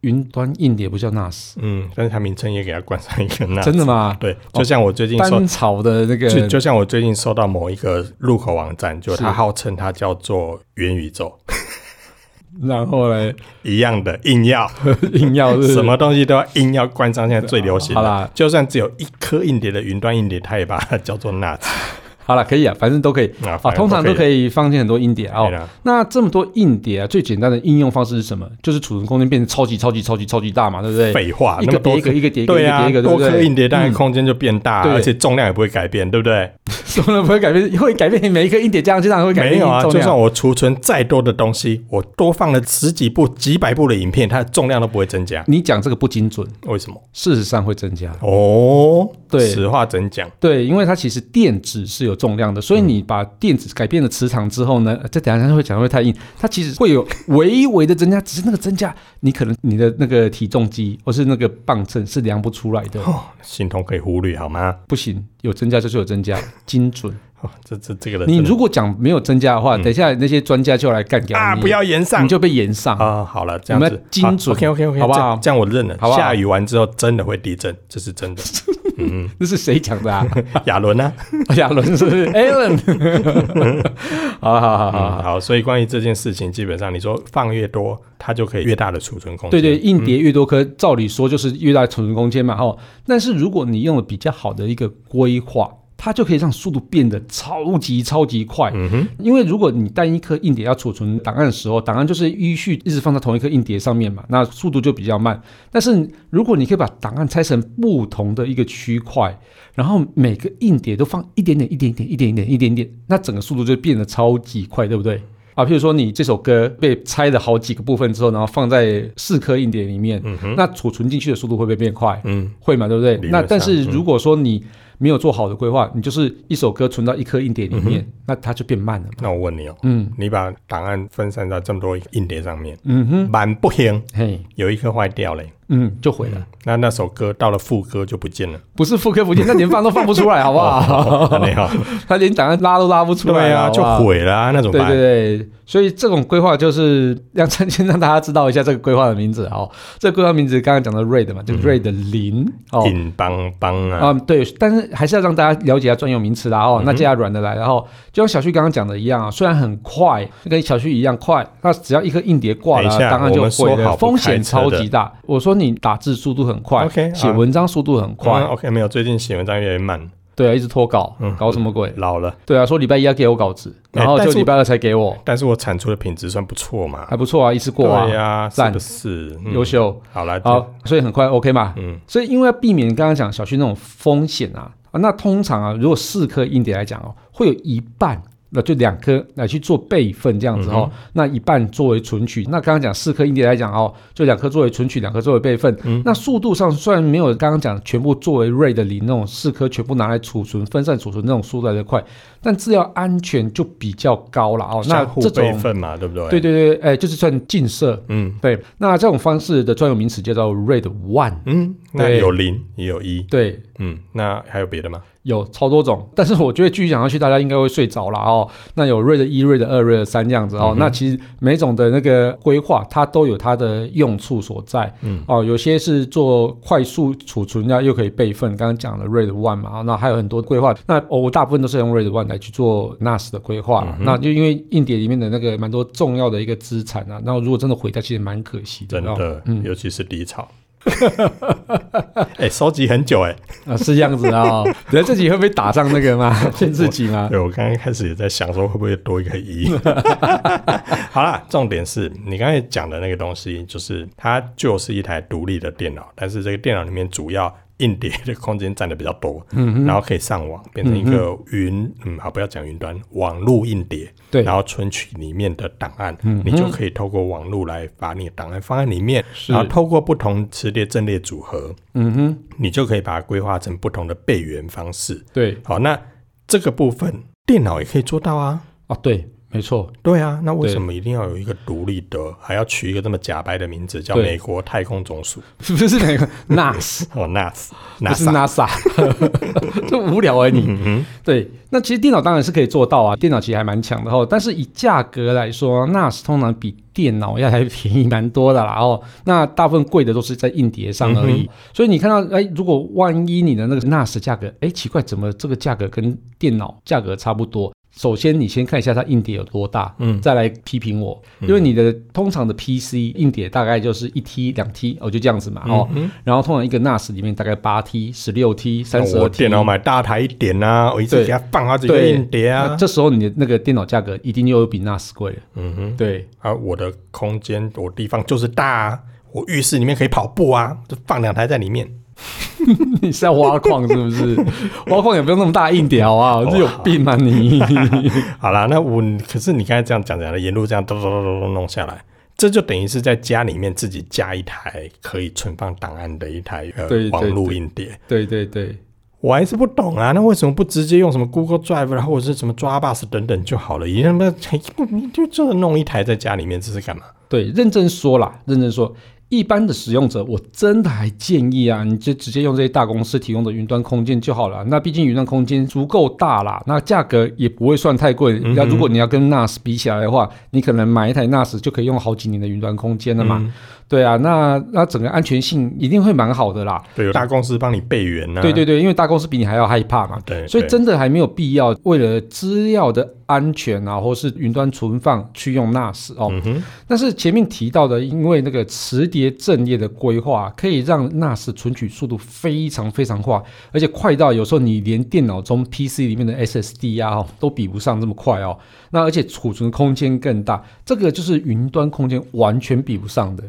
Speaker 1: 云端硬碟，不叫 NAS，
Speaker 2: 嗯，但是它名称也给它冠上一个 那。
Speaker 1: 真的吗？哦
Speaker 2: 对，就像我最近收，
Speaker 1: 单槽的那个
Speaker 2: 就就像我最近收到某一个入口网站，就是它号称它叫做元宇宙
Speaker 1: 然后嘞，
Speaker 2: 一样的，硬要
Speaker 1: 硬要 是不是
Speaker 2: 什么东西都要硬要冠上现在最流行
Speaker 1: 好
Speaker 2: 的。
Speaker 1: 啦，
Speaker 2: 就算只有一颗硬碟的云端硬碟，它也把它叫做 NAS
Speaker 1: 好啦，可以啊，反正都可以
Speaker 2: 啊，
Speaker 1: 啊，
Speaker 2: 反正
Speaker 1: 通常都可
Speaker 2: 以哎
Speaker 1: 以放进很多硬碟哦
Speaker 2: 对。啦
Speaker 1: 那这么多硬碟啊，最简单的应用方式是什么？就是储存空间变得超级超级超级超级大嘛，对不对？
Speaker 2: 废话，
Speaker 1: 一
Speaker 2: 那
Speaker 1: 个
Speaker 2: 么
Speaker 1: 叠
Speaker 2: 多
Speaker 1: 一个，一个叠一个，一
Speaker 2: 对
Speaker 1: 个
Speaker 2: 啊
Speaker 1: 叠一，个，对
Speaker 2: 多
Speaker 1: 不对？
Speaker 2: 颗硬碟当然
Speaker 1: 嗯
Speaker 2: 空间就变大，
Speaker 1: 对
Speaker 2: 而且重量也不会改变，对不对？
Speaker 1: 什么不会改变？会改变每一个硬碟加上去，当然会改
Speaker 2: 没
Speaker 1: 变
Speaker 2: 有啊，
Speaker 1: 重
Speaker 2: 就算
Speaker 1: 量。
Speaker 2: 我储存再多的东西，我多放了十几部、几百部的影片，它的重量都不会增加。
Speaker 1: 你讲这个不精准，
Speaker 2: 为什么？
Speaker 1: 事实上会增加。
Speaker 2: 哦，
Speaker 1: 对
Speaker 2: 实话真讲，
Speaker 1: 对，因为它其实电子是有重量的，所以你
Speaker 2: 嗯
Speaker 1: 把电子改变了磁场之后呢，呃这等一下会讲会太硬，它其实会有微微的增加，只是那个增加，你可能你的那个体重机或是那个磅秤是量不出来的，
Speaker 2: 哦心痛可以忽略好吗？
Speaker 1: 不行，有增加就是有增加，精准。
Speaker 2: 哦、这这这个人
Speaker 1: 你
Speaker 2: 真的嗯
Speaker 1: 如果讲没有增加的话，等一下那些专家就来干掉
Speaker 2: 啊，
Speaker 1: 你，
Speaker 2: 不要延上
Speaker 1: 你就被延上。
Speaker 2: 啊、好了，这样
Speaker 1: 我
Speaker 2: 子
Speaker 1: 们要精准
Speaker 2: OK OK OK，
Speaker 1: 好不好
Speaker 2: 这样我认了。
Speaker 1: 好不好
Speaker 2: 下雨完之后真的会地震，这 是真的。嗯，
Speaker 1: 那是谁讲的啊？
Speaker 2: 亚伦呢？
Speaker 1: 亚伦是不是？Alan，好 好好好好，
Speaker 2: 嗯，好。所以关于这件事情，基本上你说放越多，它就可以越大的储存空
Speaker 1: 对
Speaker 2: 间。
Speaker 1: 对，硬碟越多颗，照理说就是越大储存空间嘛，哦。但是如果你用了比较好的一个规划，它就可以让速度变得超级超级快。
Speaker 2: 嗯哼，
Speaker 1: 因为如果你单一颗硬碟要储存档案的时候，档案就是依序一直放在同一颗硬碟上面嘛，那速度就比较慢。但是如果你可以把档案拆成不同的一个区块，然后每个硬碟都放一点点、一点点、一点点、一点点，那整个速度就变得超级快，对不对？啊，譬如说你这首歌被拆了好几个部分之后，然后放在四颗硬碟里面，
Speaker 2: 嗯哼，
Speaker 1: 那储存进去的速度会不会变快？
Speaker 2: 嗯，
Speaker 1: 会嘛，对不对
Speaker 2: 理？论
Speaker 1: 那
Speaker 2: 上嗯
Speaker 1: 但是如果说你没有做好的规划，你就是一首歌存到一颗硬碟里
Speaker 2: 嗯
Speaker 1: 面，那它就变慢了嘛。
Speaker 2: 那我问你哦、
Speaker 1: 嗯
Speaker 2: 你把档案分散到这么多硬碟上面，
Speaker 1: 嗯哼，
Speaker 2: 满不行，
Speaker 1: 嘿，
Speaker 2: 有一颗坏掉嘞，
Speaker 1: 嗯，就毁了。
Speaker 2: 那那首歌到了副歌就 不见了，
Speaker 1: 不是副科不见，那连放都放不出来，好不好？
Speaker 2: 没有，
Speaker 1: 他连档案拉都拉不出来，
Speaker 2: 哦对啊，
Speaker 1: 好不
Speaker 2: 就
Speaker 1: 好。
Speaker 2: 毁了啊，那怎么
Speaker 1: 对
Speaker 2: 办？
Speaker 1: 对对，所以这种规划就是让先让大家知道一下这个规划的名字哦。这个规划名字刚刚讲到 RAID 嘛，就 RAID 零哦，
Speaker 2: 硬邦邦嗯啊，嗯
Speaker 1: 啊、对，但是还是要让大家了解一下专有名词啦哦。那接下来软的来，然后就像小旭刚刚讲的一样啊，虽然很快，跟小旭一样快，那只要一颗硬碟挂了
Speaker 2: 等
Speaker 1: 啊，
Speaker 2: 一下
Speaker 1: 当然
Speaker 2: 我
Speaker 1: 就
Speaker 2: 们
Speaker 1: 毁
Speaker 2: 说
Speaker 1: 了，
Speaker 2: 好不
Speaker 1: 风
Speaker 2: 开
Speaker 1: 险
Speaker 2: 车
Speaker 1: 超
Speaker 2: 的
Speaker 1: 级大。我说你打字速度很快
Speaker 2: OK，
Speaker 1: 写
Speaker 2: 啊
Speaker 1: 文章速度很快，
Speaker 2: 嗯 OK，没有，最近写文章越来越慢，
Speaker 1: 对啊，一直拖稿，
Speaker 2: 嗯
Speaker 1: 搞什么鬼？
Speaker 2: 老了，
Speaker 1: 对啊，说礼拜一要给我稿子，
Speaker 2: 哎
Speaker 1: 然后
Speaker 2: 但
Speaker 1: 就是
Speaker 2: 我
Speaker 1: 礼拜二才给我，
Speaker 2: 但是我产出的品质算不错嘛，
Speaker 1: 还不错啊，一次过啊
Speaker 2: 对，呀，是
Speaker 1: 赞
Speaker 2: 不是？嗯
Speaker 1: 优、秀。
Speaker 2: 好了，
Speaker 1: 好，所以很快 OK 嘛。
Speaker 2: 嗯，
Speaker 1: 所以因为要避免刚刚讲小旭那种风险啊，啊那通常啊，如果四颗硬碟来讲哦，会有一半。那就两颗来去做备份这样子
Speaker 2: 嗯
Speaker 1: 哦，那一半作为存取。那刚刚讲四颗硬碟来讲哦，就两颗作为存取，两颗作为备份。
Speaker 2: 嗯
Speaker 1: 那速度上虽然没有刚刚讲全部作为 RAID 零那种四颗全部拿来储存、分散储存那种速度来的快，但资料安全就比较高了哦。那
Speaker 2: 相互
Speaker 1: 这
Speaker 2: 备
Speaker 1: 种
Speaker 2: 份嘛，对不对？
Speaker 1: 对对，对，哎，就是算近射。
Speaker 2: 嗯
Speaker 1: 对，那这种方式的专有名词叫做 RAID one。
Speaker 2: 嗯，那
Speaker 1: 对
Speaker 2: 有零也有一，
Speaker 1: 对，
Speaker 2: 嗯，那还有别的吗？
Speaker 1: 有超多种，但是我觉得继续讲下去，大家应该会睡着了哦。那有 RAID 一、RAID 二、RAID 三这样
Speaker 2: 嗯
Speaker 1: 子哦。那其实每种的那个规划，它都有它的用处所在。
Speaker 2: 嗯，
Speaker 1: 哦，有些是做快速储存，那又可以备份。刚刚讲的 RAID one 嘛，哦那还有很多规划。那、哦、我大部分都是用 RAID one 来去做 NAS 的规划
Speaker 2: 嗯
Speaker 1: 啦。那就因为硬碟里面的那个蛮多重要的一个资产啊，那如果真的毁掉，其实蛮可惜的。
Speaker 2: 真
Speaker 1: 哦
Speaker 2: 的，尤其是低潮。 哎，收集很久哎，
Speaker 1: 啊，是这样子啊、哦。 人自己会被打上那个吗？限制级吗？
Speaker 2: 对我刚刚开始也在想说会不会多一个一。 好啦，重点是你刚才讲的那个东西，就是它就是一台独立的电脑，但是这个电脑里面主要硬碟的空间占的比较多，
Speaker 1: 嗯哼，
Speaker 2: 然后可以上网，变成一个云，嗯，好，不要讲云端，网络硬碟，
Speaker 1: 对
Speaker 2: 然后存取里面的档案，
Speaker 1: 嗯
Speaker 2: 你就
Speaker 1: 哼
Speaker 2: 可以透过网络来把你的档案放在里面，
Speaker 1: 是
Speaker 2: 然后透过不同磁碟阵列组合，
Speaker 1: 嗯哼，
Speaker 2: 你就可以把它规划成不同的备援方式。
Speaker 1: 对
Speaker 2: 好，那这个部分电脑也可以做到啊。
Speaker 1: 啊，对，没错，
Speaker 2: 对啊，那为
Speaker 1: 对
Speaker 2: 什么一定要有一个独立的，还要取一个这么假白的名字，叫
Speaker 1: 对
Speaker 2: 美国太空总署？
Speaker 1: 是不是哪个 NAS？
Speaker 2: 哦，NAS，
Speaker 1: 不是
Speaker 2: NASA，
Speaker 1: NASA，就 无聊欸而已。
Speaker 2: 嗯哼，
Speaker 1: 对，那其实电脑当然是可以做到啊，电脑其实还蛮强的哦。但是以价格来说，NAS 通常比电脑要还便宜蛮多的啦哦。那大部分贵的都是在硬碟上而
Speaker 2: 嗯
Speaker 1: 已。所以你看到，哎，如果万一你的那个 NAS 的价格，哎，奇怪，怎么这个价格跟电脑价格差不多？首先，你先看一下它硬碟有多大，
Speaker 2: 嗯
Speaker 1: 再来批评我，因为你的通常的 PC 硬碟大概就是一 T、两 T 哦，就这样子嘛哦。
Speaker 2: 嗯
Speaker 1: 然后通常一个 NAS 里面大概八 T、十六 T、
Speaker 2: 那
Speaker 1: 三十
Speaker 2: 哦我
Speaker 1: 二 T。
Speaker 2: 电脑买大台一点啊，我一次
Speaker 1: 对
Speaker 2: 给它放它这个
Speaker 1: 对
Speaker 2: 硬碟
Speaker 1: 那
Speaker 2: 啊。
Speaker 1: 这时候你的那个电脑价格一定又比 NAS 贵了。
Speaker 2: 嗯哼，
Speaker 1: 对，
Speaker 2: 啊，我的空间我地方就是大啊，我浴室里面可以跑步啊，就放两台在里面。
Speaker 1: 你是要挖矿是不是？ 挖矿也不用那么大硬屌啊，
Speaker 2: 哦
Speaker 1: 这有病啊你！
Speaker 2: 好啦，那我可是你刚才这样讲讲的，沿路这样咚咚咚咚咚弄下来，这就等于是在家里面自己加一台可以存放档案的一台 呃
Speaker 1: 对对
Speaker 2: 网络
Speaker 1: 对
Speaker 2: 硬碟。
Speaker 1: 对对对，
Speaker 2: 我还是不懂啊，那为什么不直接用什么 Google Drive 啦，或者是什么 Dropbox 等等就好了？一样的，哎你就这弄一台在家里面，这是干嘛？
Speaker 1: 对，认真说啦，认真说。一般的使用者，我真的还建议啊，你就直接用这些大公司提供的云端空间就好了。那毕竟云端空间足够大啦，那价格也不会算太贵。那、如果你要跟 NAS 比起来的话，你可能买一台 NAS 就可以用好几年的云端空间了嘛。对啊，那那整个安全性一定会蛮好的啦。
Speaker 2: 对，有大公司帮你备援呢、啊。
Speaker 1: 对对对，因为大公司比你还要害怕嘛，
Speaker 2: 对，
Speaker 1: 所以
Speaker 2: 对
Speaker 1: 真的还没有必要为了资料的安全啊，或是云端存放去用 NAS 哦。
Speaker 2: 嗯哼，
Speaker 1: 但是前面提到的，因为那个磁碟阵列的规划，可以让 NAS 存取速度非常非常快，而且快到有时候你连电脑中 PC 里面的 SSD 啊、哦、都比不上这么快哦。那而且储存空间更大，这个就是云端空间完全比不上的。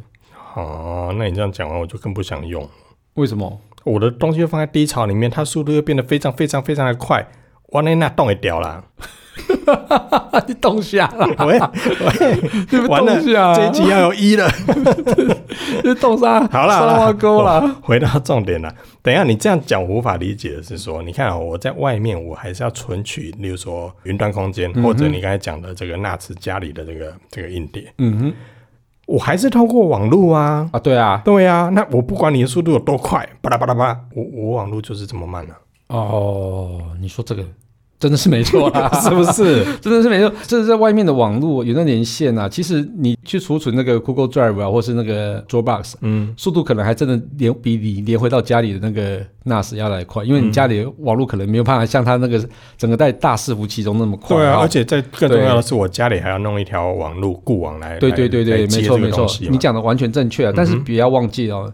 Speaker 2: 哦，那你这样讲完，我就更不想用了。
Speaker 1: 为什么？
Speaker 2: 我的东西放在低潮里面，它速度又变得非常非常非常的快，我那那动也 掉啦。
Speaker 1: 啊，你动下了，
Speaker 2: 喂，
Speaker 1: 你们
Speaker 2: 完了
Speaker 1: 动下，
Speaker 2: 这一集要有一了。
Speaker 1: 这动啥？
Speaker 2: 好啦，
Speaker 1: 沙
Speaker 2: 好
Speaker 1: 拉
Speaker 2: 啦
Speaker 1: 花沟啦。哦
Speaker 2: 我 回到重点啦。等一下，你这样讲，我无法理解的是说，你看啊、我在外面，我还是要存取，例如说云端空
Speaker 1: 嗯
Speaker 2: 间，或者你刚才讲的这个纳兹家里的这个这个硬碟，
Speaker 1: 嗯哼，
Speaker 2: 我还是透过网络啊，
Speaker 1: 啊，对啊，
Speaker 2: 对啊，那我不管你的速度有多快，巴拉巴拉巴拉，我我网络就是这么慢啊，
Speaker 1: 哦，你说这个真 的是没错啦，
Speaker 2: 是不是？
Speaker 1: 真的是没错，这是在外面的网络有那连线啊。其实你去储存那个 Google Drive 啊，或是那个 Dropbox，
Speaker 2: 嗯，
Speaker 1: 速度可能还真的连比你连回到家里的那个 NAS 要来得快，因为你家里的网络可能没有办法像它那个整个在大伺服器中那么快。
Speaker 2: 对啊，
Speaker 1: 哦
Speaker 2: 而且在更重要的是，我家里还要弄一条网路固网来，
Speaker 1: 对对对
Speaker 2: 来
Speaker 1: 对，
Speaker 2: 来
Speaker 1: 没
Speaker 2: 接
Speaker 1: 错
Speaker 2: 这
Speaker 1: 没
Speaker 2: 个
Speaker 1: 错
Speaker 2: 东西，
Speaker 1: 你
Speaker 2: 嘛。嗯
Speaker 1: 讲的完全正确啊。但是不要忘记哦，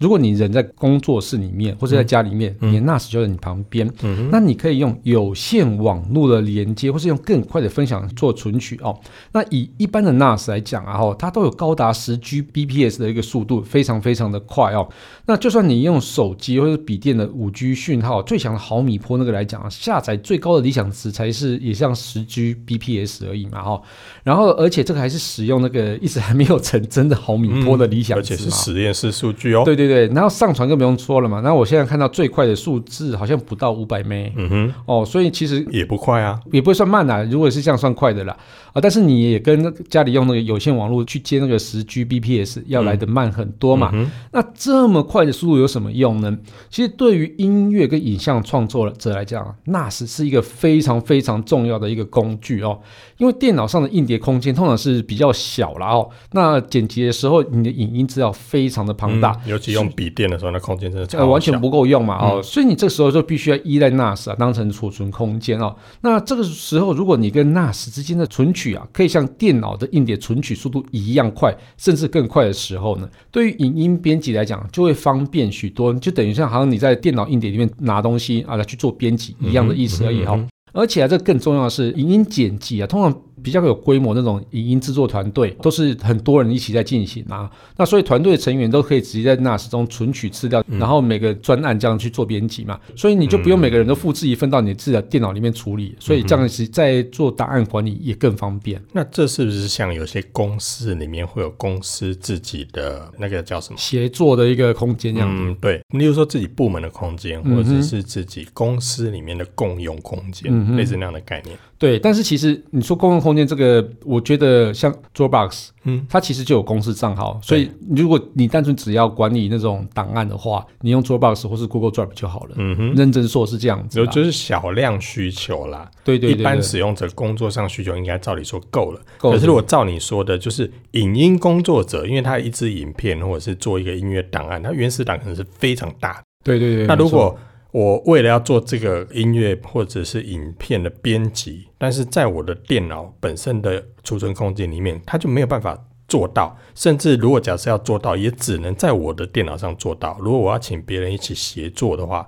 Speaker 1: 如果你人在工作室里面或者在
Speaker 2: 嗯
Speaker 1: 家里面，你的 NAS 就在你旁边，那你可以用有线网络的连接，或是用更快的分享做存取哦。那以一般的 NAS 来讲啊，哦，它都有高达十 Gbps 的一个速度，非常非常的快哦。那就算你用手机或者笔电的五 G 讯号，最强的毫米波那个来讲啊，下载最高的理想值才是也像十 Gbps 而已嘛，哈。然后，而且这个还是使用那个一直还没有成真的毫米波的理想
Speaker 2: 嗯而
Speaker 1: 值
Speaker 2: 且
Speaker 1: 嘛。
Speaker 2: 是实验室数据哦。
Speaker 1: 对对对，然后上传更不用说了嘛。那我现在看到最快的数字好像不到五百 m
Speaker 2: 嗯哼，
Speaker 1: 哦，所以其实
Speaker 2: 也不快啊。
Speaker 1: 也不会算慢啦，如果是这样算快的啦啊，但是你也跟那个家里用那个有线网络去接那个十 Gbps 要来的慢很多嘛。那这么快的速度有什么用呢？其实对于音乐跟影像创作者来讲，NAS 是一个非常非常重要的一个工具哦，因为电脑上的硬碟空间通常是比较小啦哦，那剪辑的时候你的影音资料非常的庞大，
Speaker 2: 嗯尤其用笔电的时候，那空间真的超
Speaker 1: 呃，完全
Speaker 2: 小
Speaker 1: 不够用嘛哦，所以你这时候就必须要依赖 NAS 啊，当成储存空间哦。那这个时候，如果你跟 NAS 之间的存取啊，可以像电脑的硬碟存取速度一样快，甚至更快的时候呢，对于影音编辑来讲，就会方便许多，就等于像好像你在电脑硬碟里面拿东西啊来去做编辑一样的意思而已哈、哦。而且啊，这更重要的是，影音剪辑啊，通常比较有规模那种影音制作团队，都是很多人一起在进行啊。那所以团队成员都可以直接在 NAS 中存取资料，
Speaker 2: 嗯
Speaker 1: 然后每个专案这样去做编辑嘛。所以你就不用每个人都复制一份到你自己的电脑里面处
Speaker 2: 嗯
Speaker 1: 理，所以这样子在做档案管理也更方便。
Speaker 2: 那这是不是像有些公司里面会有公司自己的那个叫什么？
Speaker 1: 协作的一个空间这样子。
Speaker 2: 嗯，对，例如说自己部门的空间，
Speaker 1: 嗯
Speaker 2: 或
Speaker 1: 哼
Speaker 2: 者是自己公司里面的共用空间，
Speaker 1: 嗯哼
Speaker 2: 类似那样的概念。
Speaker 1: 对，但是其实你说公共空间这个，我觉得像 Dropbox，
Speaker 2: 嗯，
Speaker 1: 它其实就有公司账号，所以如果你单纯只要管理那种档案的话，你用 Dropbox 或是 Google Drive 就好了。
Speaker 2: 嗯哼，
Speaker 1: 认真说是这样子
Speaker 2: 就
Speaker 1: 啦，
Speaker 2: 就是小量需求啦。
Speaker 1: 对对对
Speaker 2: 一般
Speaker 1: 对
Speaker 2: 使用者工作上需求应该照理说够了，
Speaker 1: 够了
Speaker 2: 可是如果照你说的，就是影音工作者，因为他一支影片或者是做一个音乐档案，他原始档可能是非常大的。
Speaker 1: 对对对。
Speaker 2: 那如
Speaker 1: 没错
Speaker 2: 果我为了要做这个音乐或者是影片的编辑，但是在我的电脑本身的储存空间里面，它就没有办法做到。甚至如果假设要做到，也只能在我的电脑上做到。如果我要请别人一起协作的话，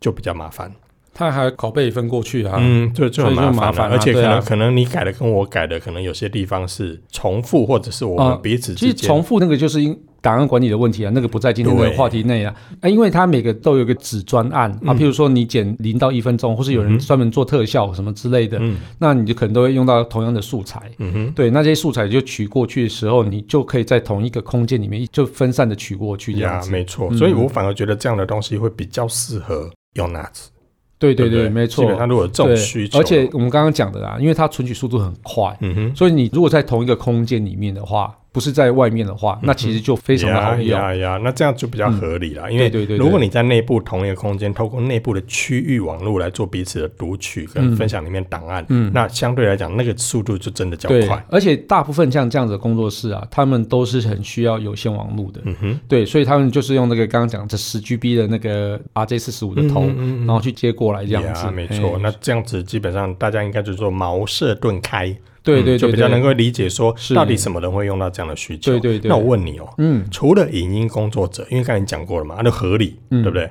Speaker 2: 就比较麻烦。
Speaker 1: 他还拷贝一份过去啊，
Speaker 2: 嗯，就就很
Speaker 1: 所以就
Speaker 2: 麻
Speaker 1: 麻烦
Speaker 2: 烦了、
Speaker 1: 啊
Speaker 2: 而且可能、
Speaker 1: 对啊
Speaker 2: 可能你改的跟我改的，可能有些地方是重复，或者是我
Speaker 1: 啊
Speaker 2: 们彼此
Speaker 1: 其
Speaker 2: 之
Speaker 1: 实
Speaker 2: 间、
Speaker 1: 重复那个就是因档案管理的问题啊，那个不在今天的
Speaker 2: 对嗯
Speaker 1: 话题内啊。啊，因为它每个都有一个子专案啊，譬如说你剪零到一分钟，或是有人专门做特效什么之类的，
Speaker 2: 嗯
Speaker 1: 那你就可能都会用到同样的素材。
Speaker 2: 嗯哼，
Speaker 1: 对，那这些素材就取过去的时候，你就可以在同一个空间里面就分散的取过去这样
Speaker 2: 呀，
Speaker 1: 子。
Speaker 2: 没错、
Speaker 1: 嗯
Speaker 2: 所以我反而觉得这样的东西会比较适合用 NAS，
Speaker 1: 对对
Speaker 2: 对不
Speaker 1: 对，没错
Speaker 2: 基。本上如果有这种
Speaker 1: 对
Speaker 2: 需，求，
Speaker 1: 而且我们刚刚讲的啦，因为它存取速度很快，
Speaker 2: 嗯哼，
Speaker 1: 所以你如果在同一个空间里面的话，不是在外面的话，那其实就非常的好用。
Speaker 2: 嗯
Speaker 1: 嗯
Speaker 2: 呀呀呀，那这样就比较合理啦。因
Speaker 1: 对对对对
Speaker 2: 为如果你在内部同一个空间，透过内部的区域网络来做彼此的读取跟分享里面档案、
Speaker 1: 嗯
Speaker 2: 那相对来讲那个速度就真的较
Speaker 1: 对
Speaker 2: 快。，
Speaker 1: 而且大部分像这样子的工作室啊，他们都是很需要有线网络的。
Speaker 2: 嗯哼，
Speaker 1: 对，所以他们就是用那个刚刚讲这十 GB 的那个 RJ 四十五的头，
Speaker 2: 嗯嗯嗯嗯
Speaker 1: 然后去接过来这样子。哎
Speaker 2: 呀没错。
Speaker 1: 嘿
Speaker 2: 那这样子基本上大家应该就做茅塞顿开，嗯
Speaker 1: 对对对，
Speaker 2: 就比较
Speaker 1: 对
Speaker 2: 能够理解说
Speaker 1: 是
Speaker 2: 到底什么人会用到这样的需求。
Speaker 1: 对对对
Speaker 2: 那我问你哦，
Speaker 1: 嗯，
Speaker 2: 除了影音工作者，因为刚才你讲过了嘛，那就合理，
Speaker 1: 嗯
Speaker 2: 对不对？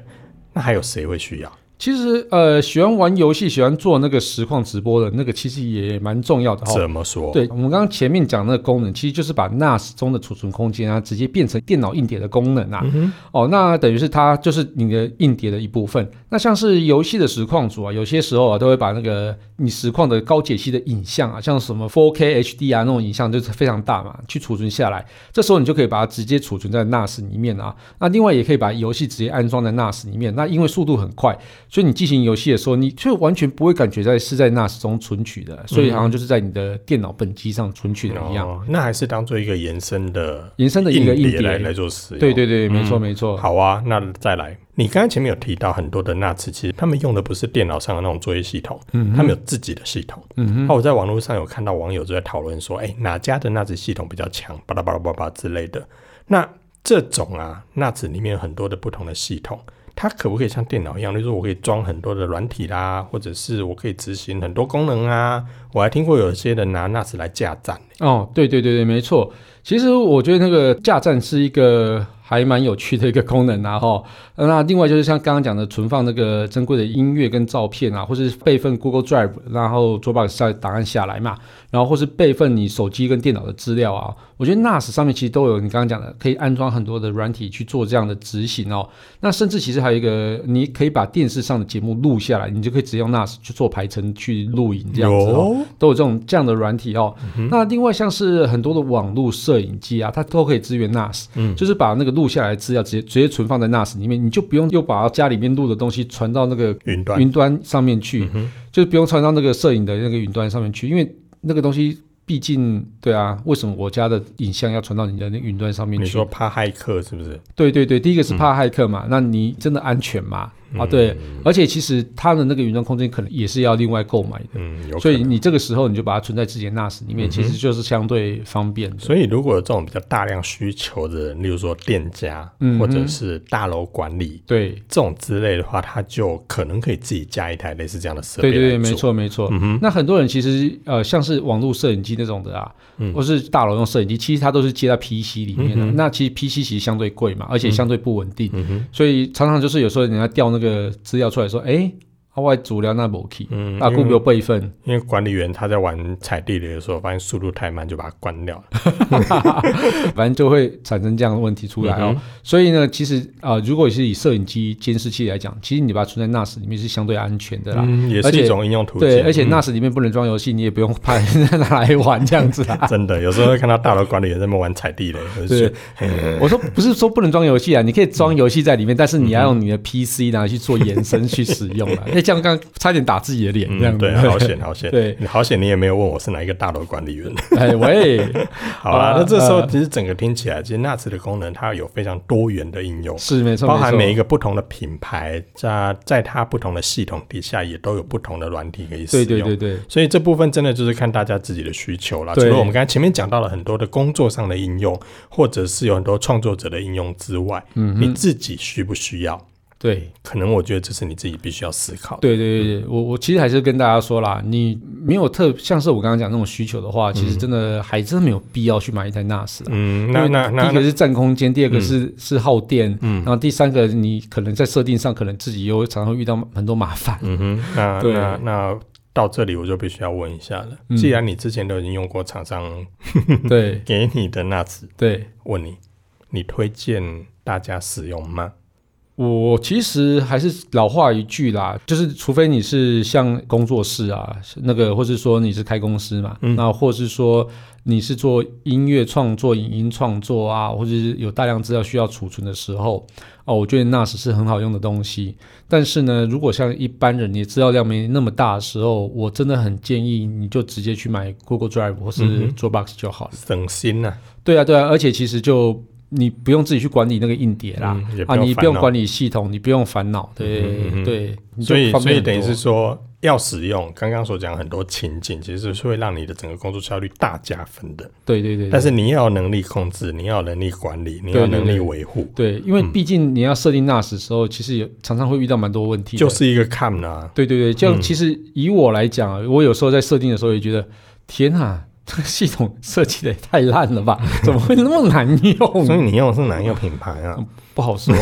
Speaker 2: 那还有谁会需要？
Speaker 1: 其实呃，喜欢玩游戏、喜欢做那个实况直播的那个，其实也蛮重要的哈、
Speaker 2: 怎么说？哦
Speaker 1: 对，我们刚刚前面讲那个功能，其实就是把 NAS 中的储存空间啊，直接变成电脑硬碟的功能啊。哦，那等于是它就是你的硬碟的一部分。那像是游戏的实况组啊，有些时候啊，都会把那个你实况的高解析的影像啊，像什么 4K HD 啊那种影像，就是非常大嘛，去储存下来。这时候你就可以把它直接储存在 NAS 里面啊。那另外也可以把游戏直接安装在 NAS 里面。那因为速度很快，所以你进行游戏的时候，你却完全不会感觉在是在 NAS 中存取的，所以好像就是在你的电脑本机上存取的一样，
Speaker 2: 嗯哦，那还是当做一个延伸的
Speaker 1: 延伸的一个硬
Speaker 2: 碟
Speaker 1: 碟。
Speaker 2: 来来哦做使用。
Speaker 1: 对对对，没错没错。
Speaker 2: 好啊，那再来，你刚才前面有提到很多的 NAS，其实他们用的不是电脑上的那种作业系统，
Speaker 1: 嗯
Speaker 2: 他们有自己的系统。嗯那我在网络上有看到网友就在讨论说，哎、哪家的 NAS 系统比较强，巴拉巴拉巴拉巴拉之类的。那这种啊，NAS 里面有很多的不同的系统，它可不可以像电脑一样，就是我可以装很多的软体啦，或者是我可以执行很多功能啊？我还听过有些人拿 NAS 来架站、
Speaker 1: 哦，对对对对，没错。其实我觉得那个架站是一个还蛮有趣的一个功能啊，哈。呃那另外就是像刚刚讲的，存放那个珍贵的音乐跟照片啊，或是备份 Google Drive，然后 Dropbox 下档案下来嘛，然后或是备份你手机跟电脑的资料啊。我觉得 NAS 上面其实都有你刚刚讲的，可以安装很多的软体去做这样的执行哦。那甚至其实还有一个，你可以把电视上的节目录下来，你就可以直接用 NAS 去做排程去录影这样子哦。
Speaker 2: 有
Speaker 1: 都有这种这样的软体哦。
Speaker 2: 嗯
Speaker 1: 那另外像是很多的网络摄影机啊，它都可以支援 NAS，、就是
Speaker 2: 嗯
Speaker 1: 把那个录下来的资料直接直接存放在 NAS 里面，你就不用又把家里面录的东西传到那个
Speaker 2: 云端。嗯
Speaker 1: 云端上面去，就是不用传到那个摄影的那个云端上面去，因为那个东西。毕竟，对啊，为什么我家的影像要传到你的那个云端上面
Speaker 2: 你
Speaker 1: 去？
Speaker 2: 说怕骇客是不是？
Speaker 1: 对对对，第一个是怕
Speaker 2: 嗯
Speaker 1: 骇客嘛，那你真的安全吗？啊，对，而且其实它的那个云端空间可能也是要另外购买的。
Speaker 2: 嗯，有可
Speaker 1: 所以
Speaker 2: 能。嗯
Speaker 1: 你这个时候你就把它存在自己的 NAS 里面，其实就是相对方便的。
Speaker 2: 所以，如果有这种比较大量需求的人，例如说店家、
Speaker 1: 嗯哼
Speaker 2: 或者是大楼管理
Speaker 1: 对
Speaker 2: 这种之类的话，他就可能可以自己加一台类似这样的设备
Speaker 1: 对对对，
Speaker 2: 来做嗯
Speaker 1: 没。错没错。那很多人其实呃，像是网络摄影机那种的啊，
Speaker 2: 嗯
Speaker 1: 或是大楼用摄影机，其实它都是接在 PC 里面的。那其实 PC 其实相对
Speaker 2: 嗯
Speaker 1: 贵嘛，而且相对不稳定，所以常常就是有时候人家调那个资料出来说，哎。啊，我的资料那无去，
Speaker 2: 嗯，
Speaker 1: 啊，
Speaker 2: 因
Speaker 1: 顾
Speaker 2: 为
Speaker 1: 不备份，
Speaker 2: 因为管理员他在玩踩地雷的时候，发现速度太慢，就把它关掉了。
Speaker 1: 反正就会产生这样的问题出来哦。
Speaker 2: 嗯哼
Speaker 1: 所以呢，其实啊、呃如果是以摄影机监视器来讲，其实你把它存在 NAS 里面是相对安全的啦。
Speaker 2: 嗯，也
Speaker 1: 而
Speaker 2: 是
Speaker 1: 且
Speaker 2: 一种应用途径。
Speaker 1: 对，而且
Speaker 2: 嗯
Speaker 1: NAS 里面不能装游戏，你也不用怕 拿来玩这样子啊。
Speaker 2: 真的有时候会看到大楼管理员在那边玩踩地雷，我就
Speaker 1: 对
Speaker 2: 觉得嗯嘿
Speaker 1: 我说不是说不能装游戏啊，你可以
Speaker 2: 嗯
Speaker 1: 装游戏在里面，但是你要用你的 PC 拿去做延伸去使用啊。那这样刚刚差点打自己的脸 这样子。
Speaker 2: 嗯，对，好险好险，
Speaker 1: 对，
Speaker 2: 好险你也没有问我是哪一个大楼管理员。
Speaker 1: 哎喂，
Speaker 2: 好啦
Speaker 1: 啊，
Speaker 2: 那这时候
Speaker 1: 呃
Speaker 2: 其实整个听起来，其实 NAS 的功能它有非常多元的应用。
Speaker 1: 是没错，
Speaker 2: 包含每一
Speaker 1: 个。
Speaker 2: 个不同的品牌，在在它不同的系统底下，也都有不同的软体可以使
Speaker 1: 对
Speaker 2: 用。
Speaker 1: 对对对，
Speaker 2: 所以这部分真的就是看大家自己的需求啦。除
Speaker 1: 对
Speaker 2: 了我们刚才前面讲到了很多的工作上的应用，或者是有很多创作者的应用之外，
Speaker 1: 嗯
Speaker 2: 你
Speaker 1: 哼，
Speaker 2: 自己需不需要？
Speaker 1: 对。
Speaker 2: 可能我觉得这是你自己必须要思考的。
Speaker 1: 对对对对，我我其实还是跟大家说啦，你没有特像是我刚刚讲那种需求的话，其实真的还真没有必要去买一台 NAS 啦。
Speaker 2: 嗯，那
Speaker 1: 因为
Speaker 2: 那那
Speaker 1: 第一个
Speaker 2: 那
Speaker 1: 是占空间，第二个是、是耗电，
Speaker 2: 嗯
Speaker 1: 然后第三个你可能在设定上可能自己又常常会遇到很多麻 烦。
Speaker 2: 嗯哼，那
Speaker 1: 对
Speaker 2: 那那到这里我就必须要问一下了。
Speaker 1: 嗯
Speaker 2: 既然你之前都已经用过厂商
Speaker 1: 对
Speaker 2: 给你的 NAS，
Speaker 1: 对，
Speaker 2: 问你，你推荐大家使用吗？
Speaker 1: 我其实还是老话一句啦，就是除非你是像工作室啊，是那个或是说你是开公司嘛，
Speaker 2: 嗯
Speaker 1: 那或是说你是做音乐创作、影音创作啊，或者是有大量资料需要储存的时候，哦，我觉得 NAS 是很好用的东西。但是呢，如果像一般人你资料量没那么大的时候，我真的很建议你就直接去买 Google Drive 或
Speaker 2: 嗯
Speaker 1: 是
Speaker 2: 哼
Speaker 1: Dropbox 就好了。
Speaker 2: 省心呐、
Speaker 1: 对啊，对啊，而且其实就你不用自己去管理那个硬碟啦。
Speaker 2: 嗯也
Speaker 1: 啊，你不用
Speaker 2: 烦恼
Speaker 1: 管理系统，你不用烦恼，对、
Speaker 2: 嗯嗯嗯嗯
Speaker 1: 对，你就
Speaker 2: 所以，
Speaker 1: 方
Speaker 2: 所
Speaker 1: 便
Speaker 2: 以
Speaker 1: 很多
Speaker 2: 等于是说，要使用刚刚所讲很多情境，其实是会让你的整个工作效率大加分的。
Speaker 1: 对对对，
Speaker 2: 但是你要有能力控制，你要有能力管理，你要有能力维护，
Speaker 1: 对，因为
Speaker 2: 嗯
Speaker 1: 毕竟你要设定 NAS 的时候，其实也常常会遇到蛮多问题的，
Speaker 2: 就是一个 com 啊。
Speaker 1: 对对对，这样
Speaker 2: 嗯
Speaker 1: 其实以我来讲啊，我有时候在设定的时候也觉得，天啊，这个系统设计的也太烂了吧，怎么会那么难
Speaker 2: 所以
Speaker 1: 用？
Speaker 2: 你用的是哪一个品牌啊？
Speaker 1: 不好说，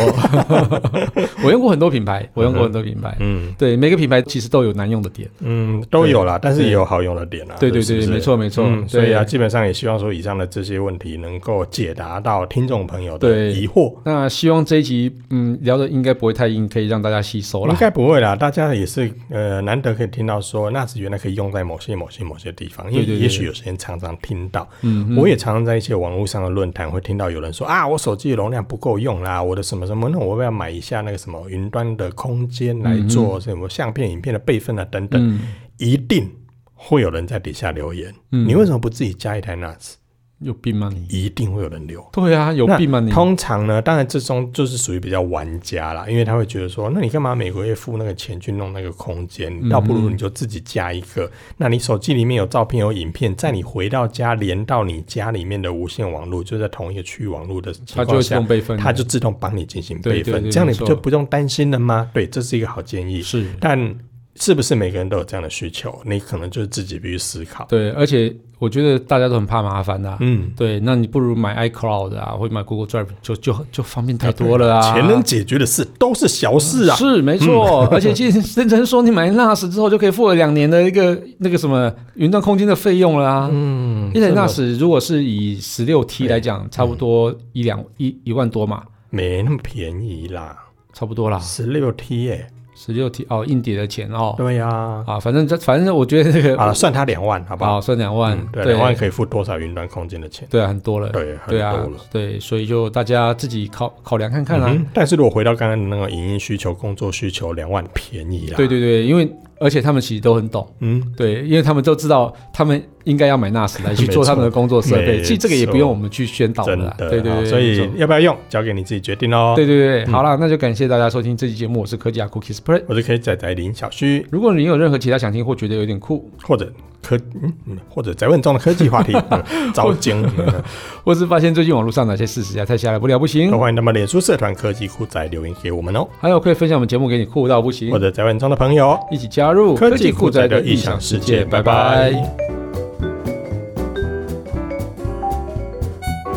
Speaker 1: 我用过很多品牌，我用过很多品牌，
Speaker 2: 嗯
Speaker 1: 对，每个品牌其实都有难用的点，
Speaker 2: 嗯，都有啦，但是也有好用的点啊。
Speaker 1: 对对
Speaker 2: 是
Speaker 1: 对
Speaker 2: 不
Speaker 1: 对，
Speaker 2: 是
Speaker 1: 没。错没错，
Speaker 2: 嗯，
Speaker 1: 对
Speaker 2: 所以啊，基本上也希望说以上的这些问题能够解答到听众朋友的
Speaker 1: 对
Speaker 2: 疑惑。
Speaker 1: 那希望这一集，嗯，聊的应该不会太硬，可以让大家吸收
Speaker 2: 应
Speaker 1: 啦。
Speaker 2: 该不会啦，大家也是呃难得可以听到说 NAS 原来可以用在某些某些某些地方，因为
Speaker 1: 对对对
Speaker 2: 也许有些人常常听到，
Speaker 1: 嗯哼，
Speaker 2: 我也常常在一些网络上的论坛会听到有人说啊，我手机的容量不够用啦，我的什么什么，那我要不要买一下那个什么云端的空间来做什么相片、影片的备份啊等等，
Speaker 1: 嗯
Speaker 2: 一定会有人在底下留言，
Speaker 1: 嗯
Speaker 2: 你为什么不自己加一台 NAS？
Speaker 1: 有病吗你？
Speaker 2: 一定会有人留。
Speaker 1: 对啊，有
Speaker 2: 那
Speaker 1: 病吗你？
Speaker 2: 通常呢，当然这种就是属于比较玩家啦，因为他会觉得说，那你干嘛每个月付那个钱去弄那个空间？
Speaker 1: 嗯
Speaker 2: 倒不如你就自己加一个。那你手机里面有照片有影片，在你回到家连到你家里面的无线网络，就在同一个区域网络的
Speaker 1: 它就会
Speaker 2: 情况
Speaker 1: 自
Speaker 2: 下
Speaker 1: 动。备份，
Speaker 2: 它就自动帮你进行备
Speaker 1: 对对
Speaker 2: 份，
Speaker 1: 对
Speaker 2: 这样你
Speaker 1: 没错
Speaker 2: 就不用担心了吗？对，这是一个好建议。
Speaker 1: 是
Speaker 2: 但是不是每个人都有这样的需求？你可能就是自己必须思考。
Speaker 1: 对，而且我觉得大家都很怕麻烦的、啊。
Speaker 2: 嗯，
Speaker 1: 对，那你不如买 iCloud 啊，或者买 Google Drive，就就就方便太多了啊。
Speaker 2: 哎钱能解决的事都是小事啊。
Speaker 1: 是没错， 而且其实认真说，你买 NAS 之后就可以付了两年的一个那个什么云端空间的费用了啊。
Speaker 2: 嗯
Speaker 1: 一台
Speaker 2: 真的
Speaker 1: NAS 如果是以十六 T 来讲，差不多一两一一万多嘛，
Speaker 2: 没那么便宜啦，
Speaker 1: 差不多啦。
Speaker 2: 十六 T 耶。
Speaker 1: 十六 T 哦，硬碟的钱哦，
Speaker 2: 对呀、啊，
Speaker 1: 啊，反正这反正我觉得这个
Speaker 2: 好了，算它两万，好不好？
Speaker 1: 啊算两万
Speaker 2: 嗯，对，
Speaker 1: 对
Speaker 2: 两万可以付多少云端空间的钱？
Speaker 1: 对啊，很多了，
Speaker 2: 对，很
Speaker 1: 对
Speaker 2: 多
Speaker 1: 啊
Speaker 2: 了。，
Speaker 1: 对，所以就大家自己考考量看看啊啦。
Speaker 2: 嗯哼但是如果回到刚刚的那个影音需求、工作需求，两万便宜啦。
Speaker 1: 对，对对，因为而且他们其实都很懂，
Speaker 2: 嗯，
Speaker 1: 对，因为他们都知道他们应该要买 NAS 来去做他们的工作设
Speaker 2: 没
Speaker 1: 备，
Speaker 2: 错
Speaker 1: 其实这个也不用我们去宣导
Speaker 2: 真
Speaker 1: 啦
Speaker 2: 的，
Speaker 1: 对对
Speaker 2: 好
Speaker 1: 对，
Speaker 2: 所
Speaker 1: 没
Speaker 2: 以嗯
Speaker 1: 错
Speaker 2: 要不要用，交给你自己决定喽。
Speaker 1: 对对对，好啦，那就感谢大家收听这期节目，我是科技阿 Cookies Play。
Speaker 2: 我就可以仔仔林小旭，
Speaker 1: 如果你有任何其他想听或觉得有点酷，
Speaker 2: 或者科，嗯嗯，或者宅问中的科技 话题，嗯糟精，嗯
Speaker 1: 或是发现最近网络上哪些事实啊在太下来不了不行
Speaker 2: 都，欢迎他们脸书社团科技酷仔留言给我们哦，
Speaker 1: 还有可以分享我们节目给你酷到不行
Speaker 2: 或，者宅问中的朋友哦。
Speaker 1: 一起加入
Speaker 2: 科技酷宅的异想世界，拜拜。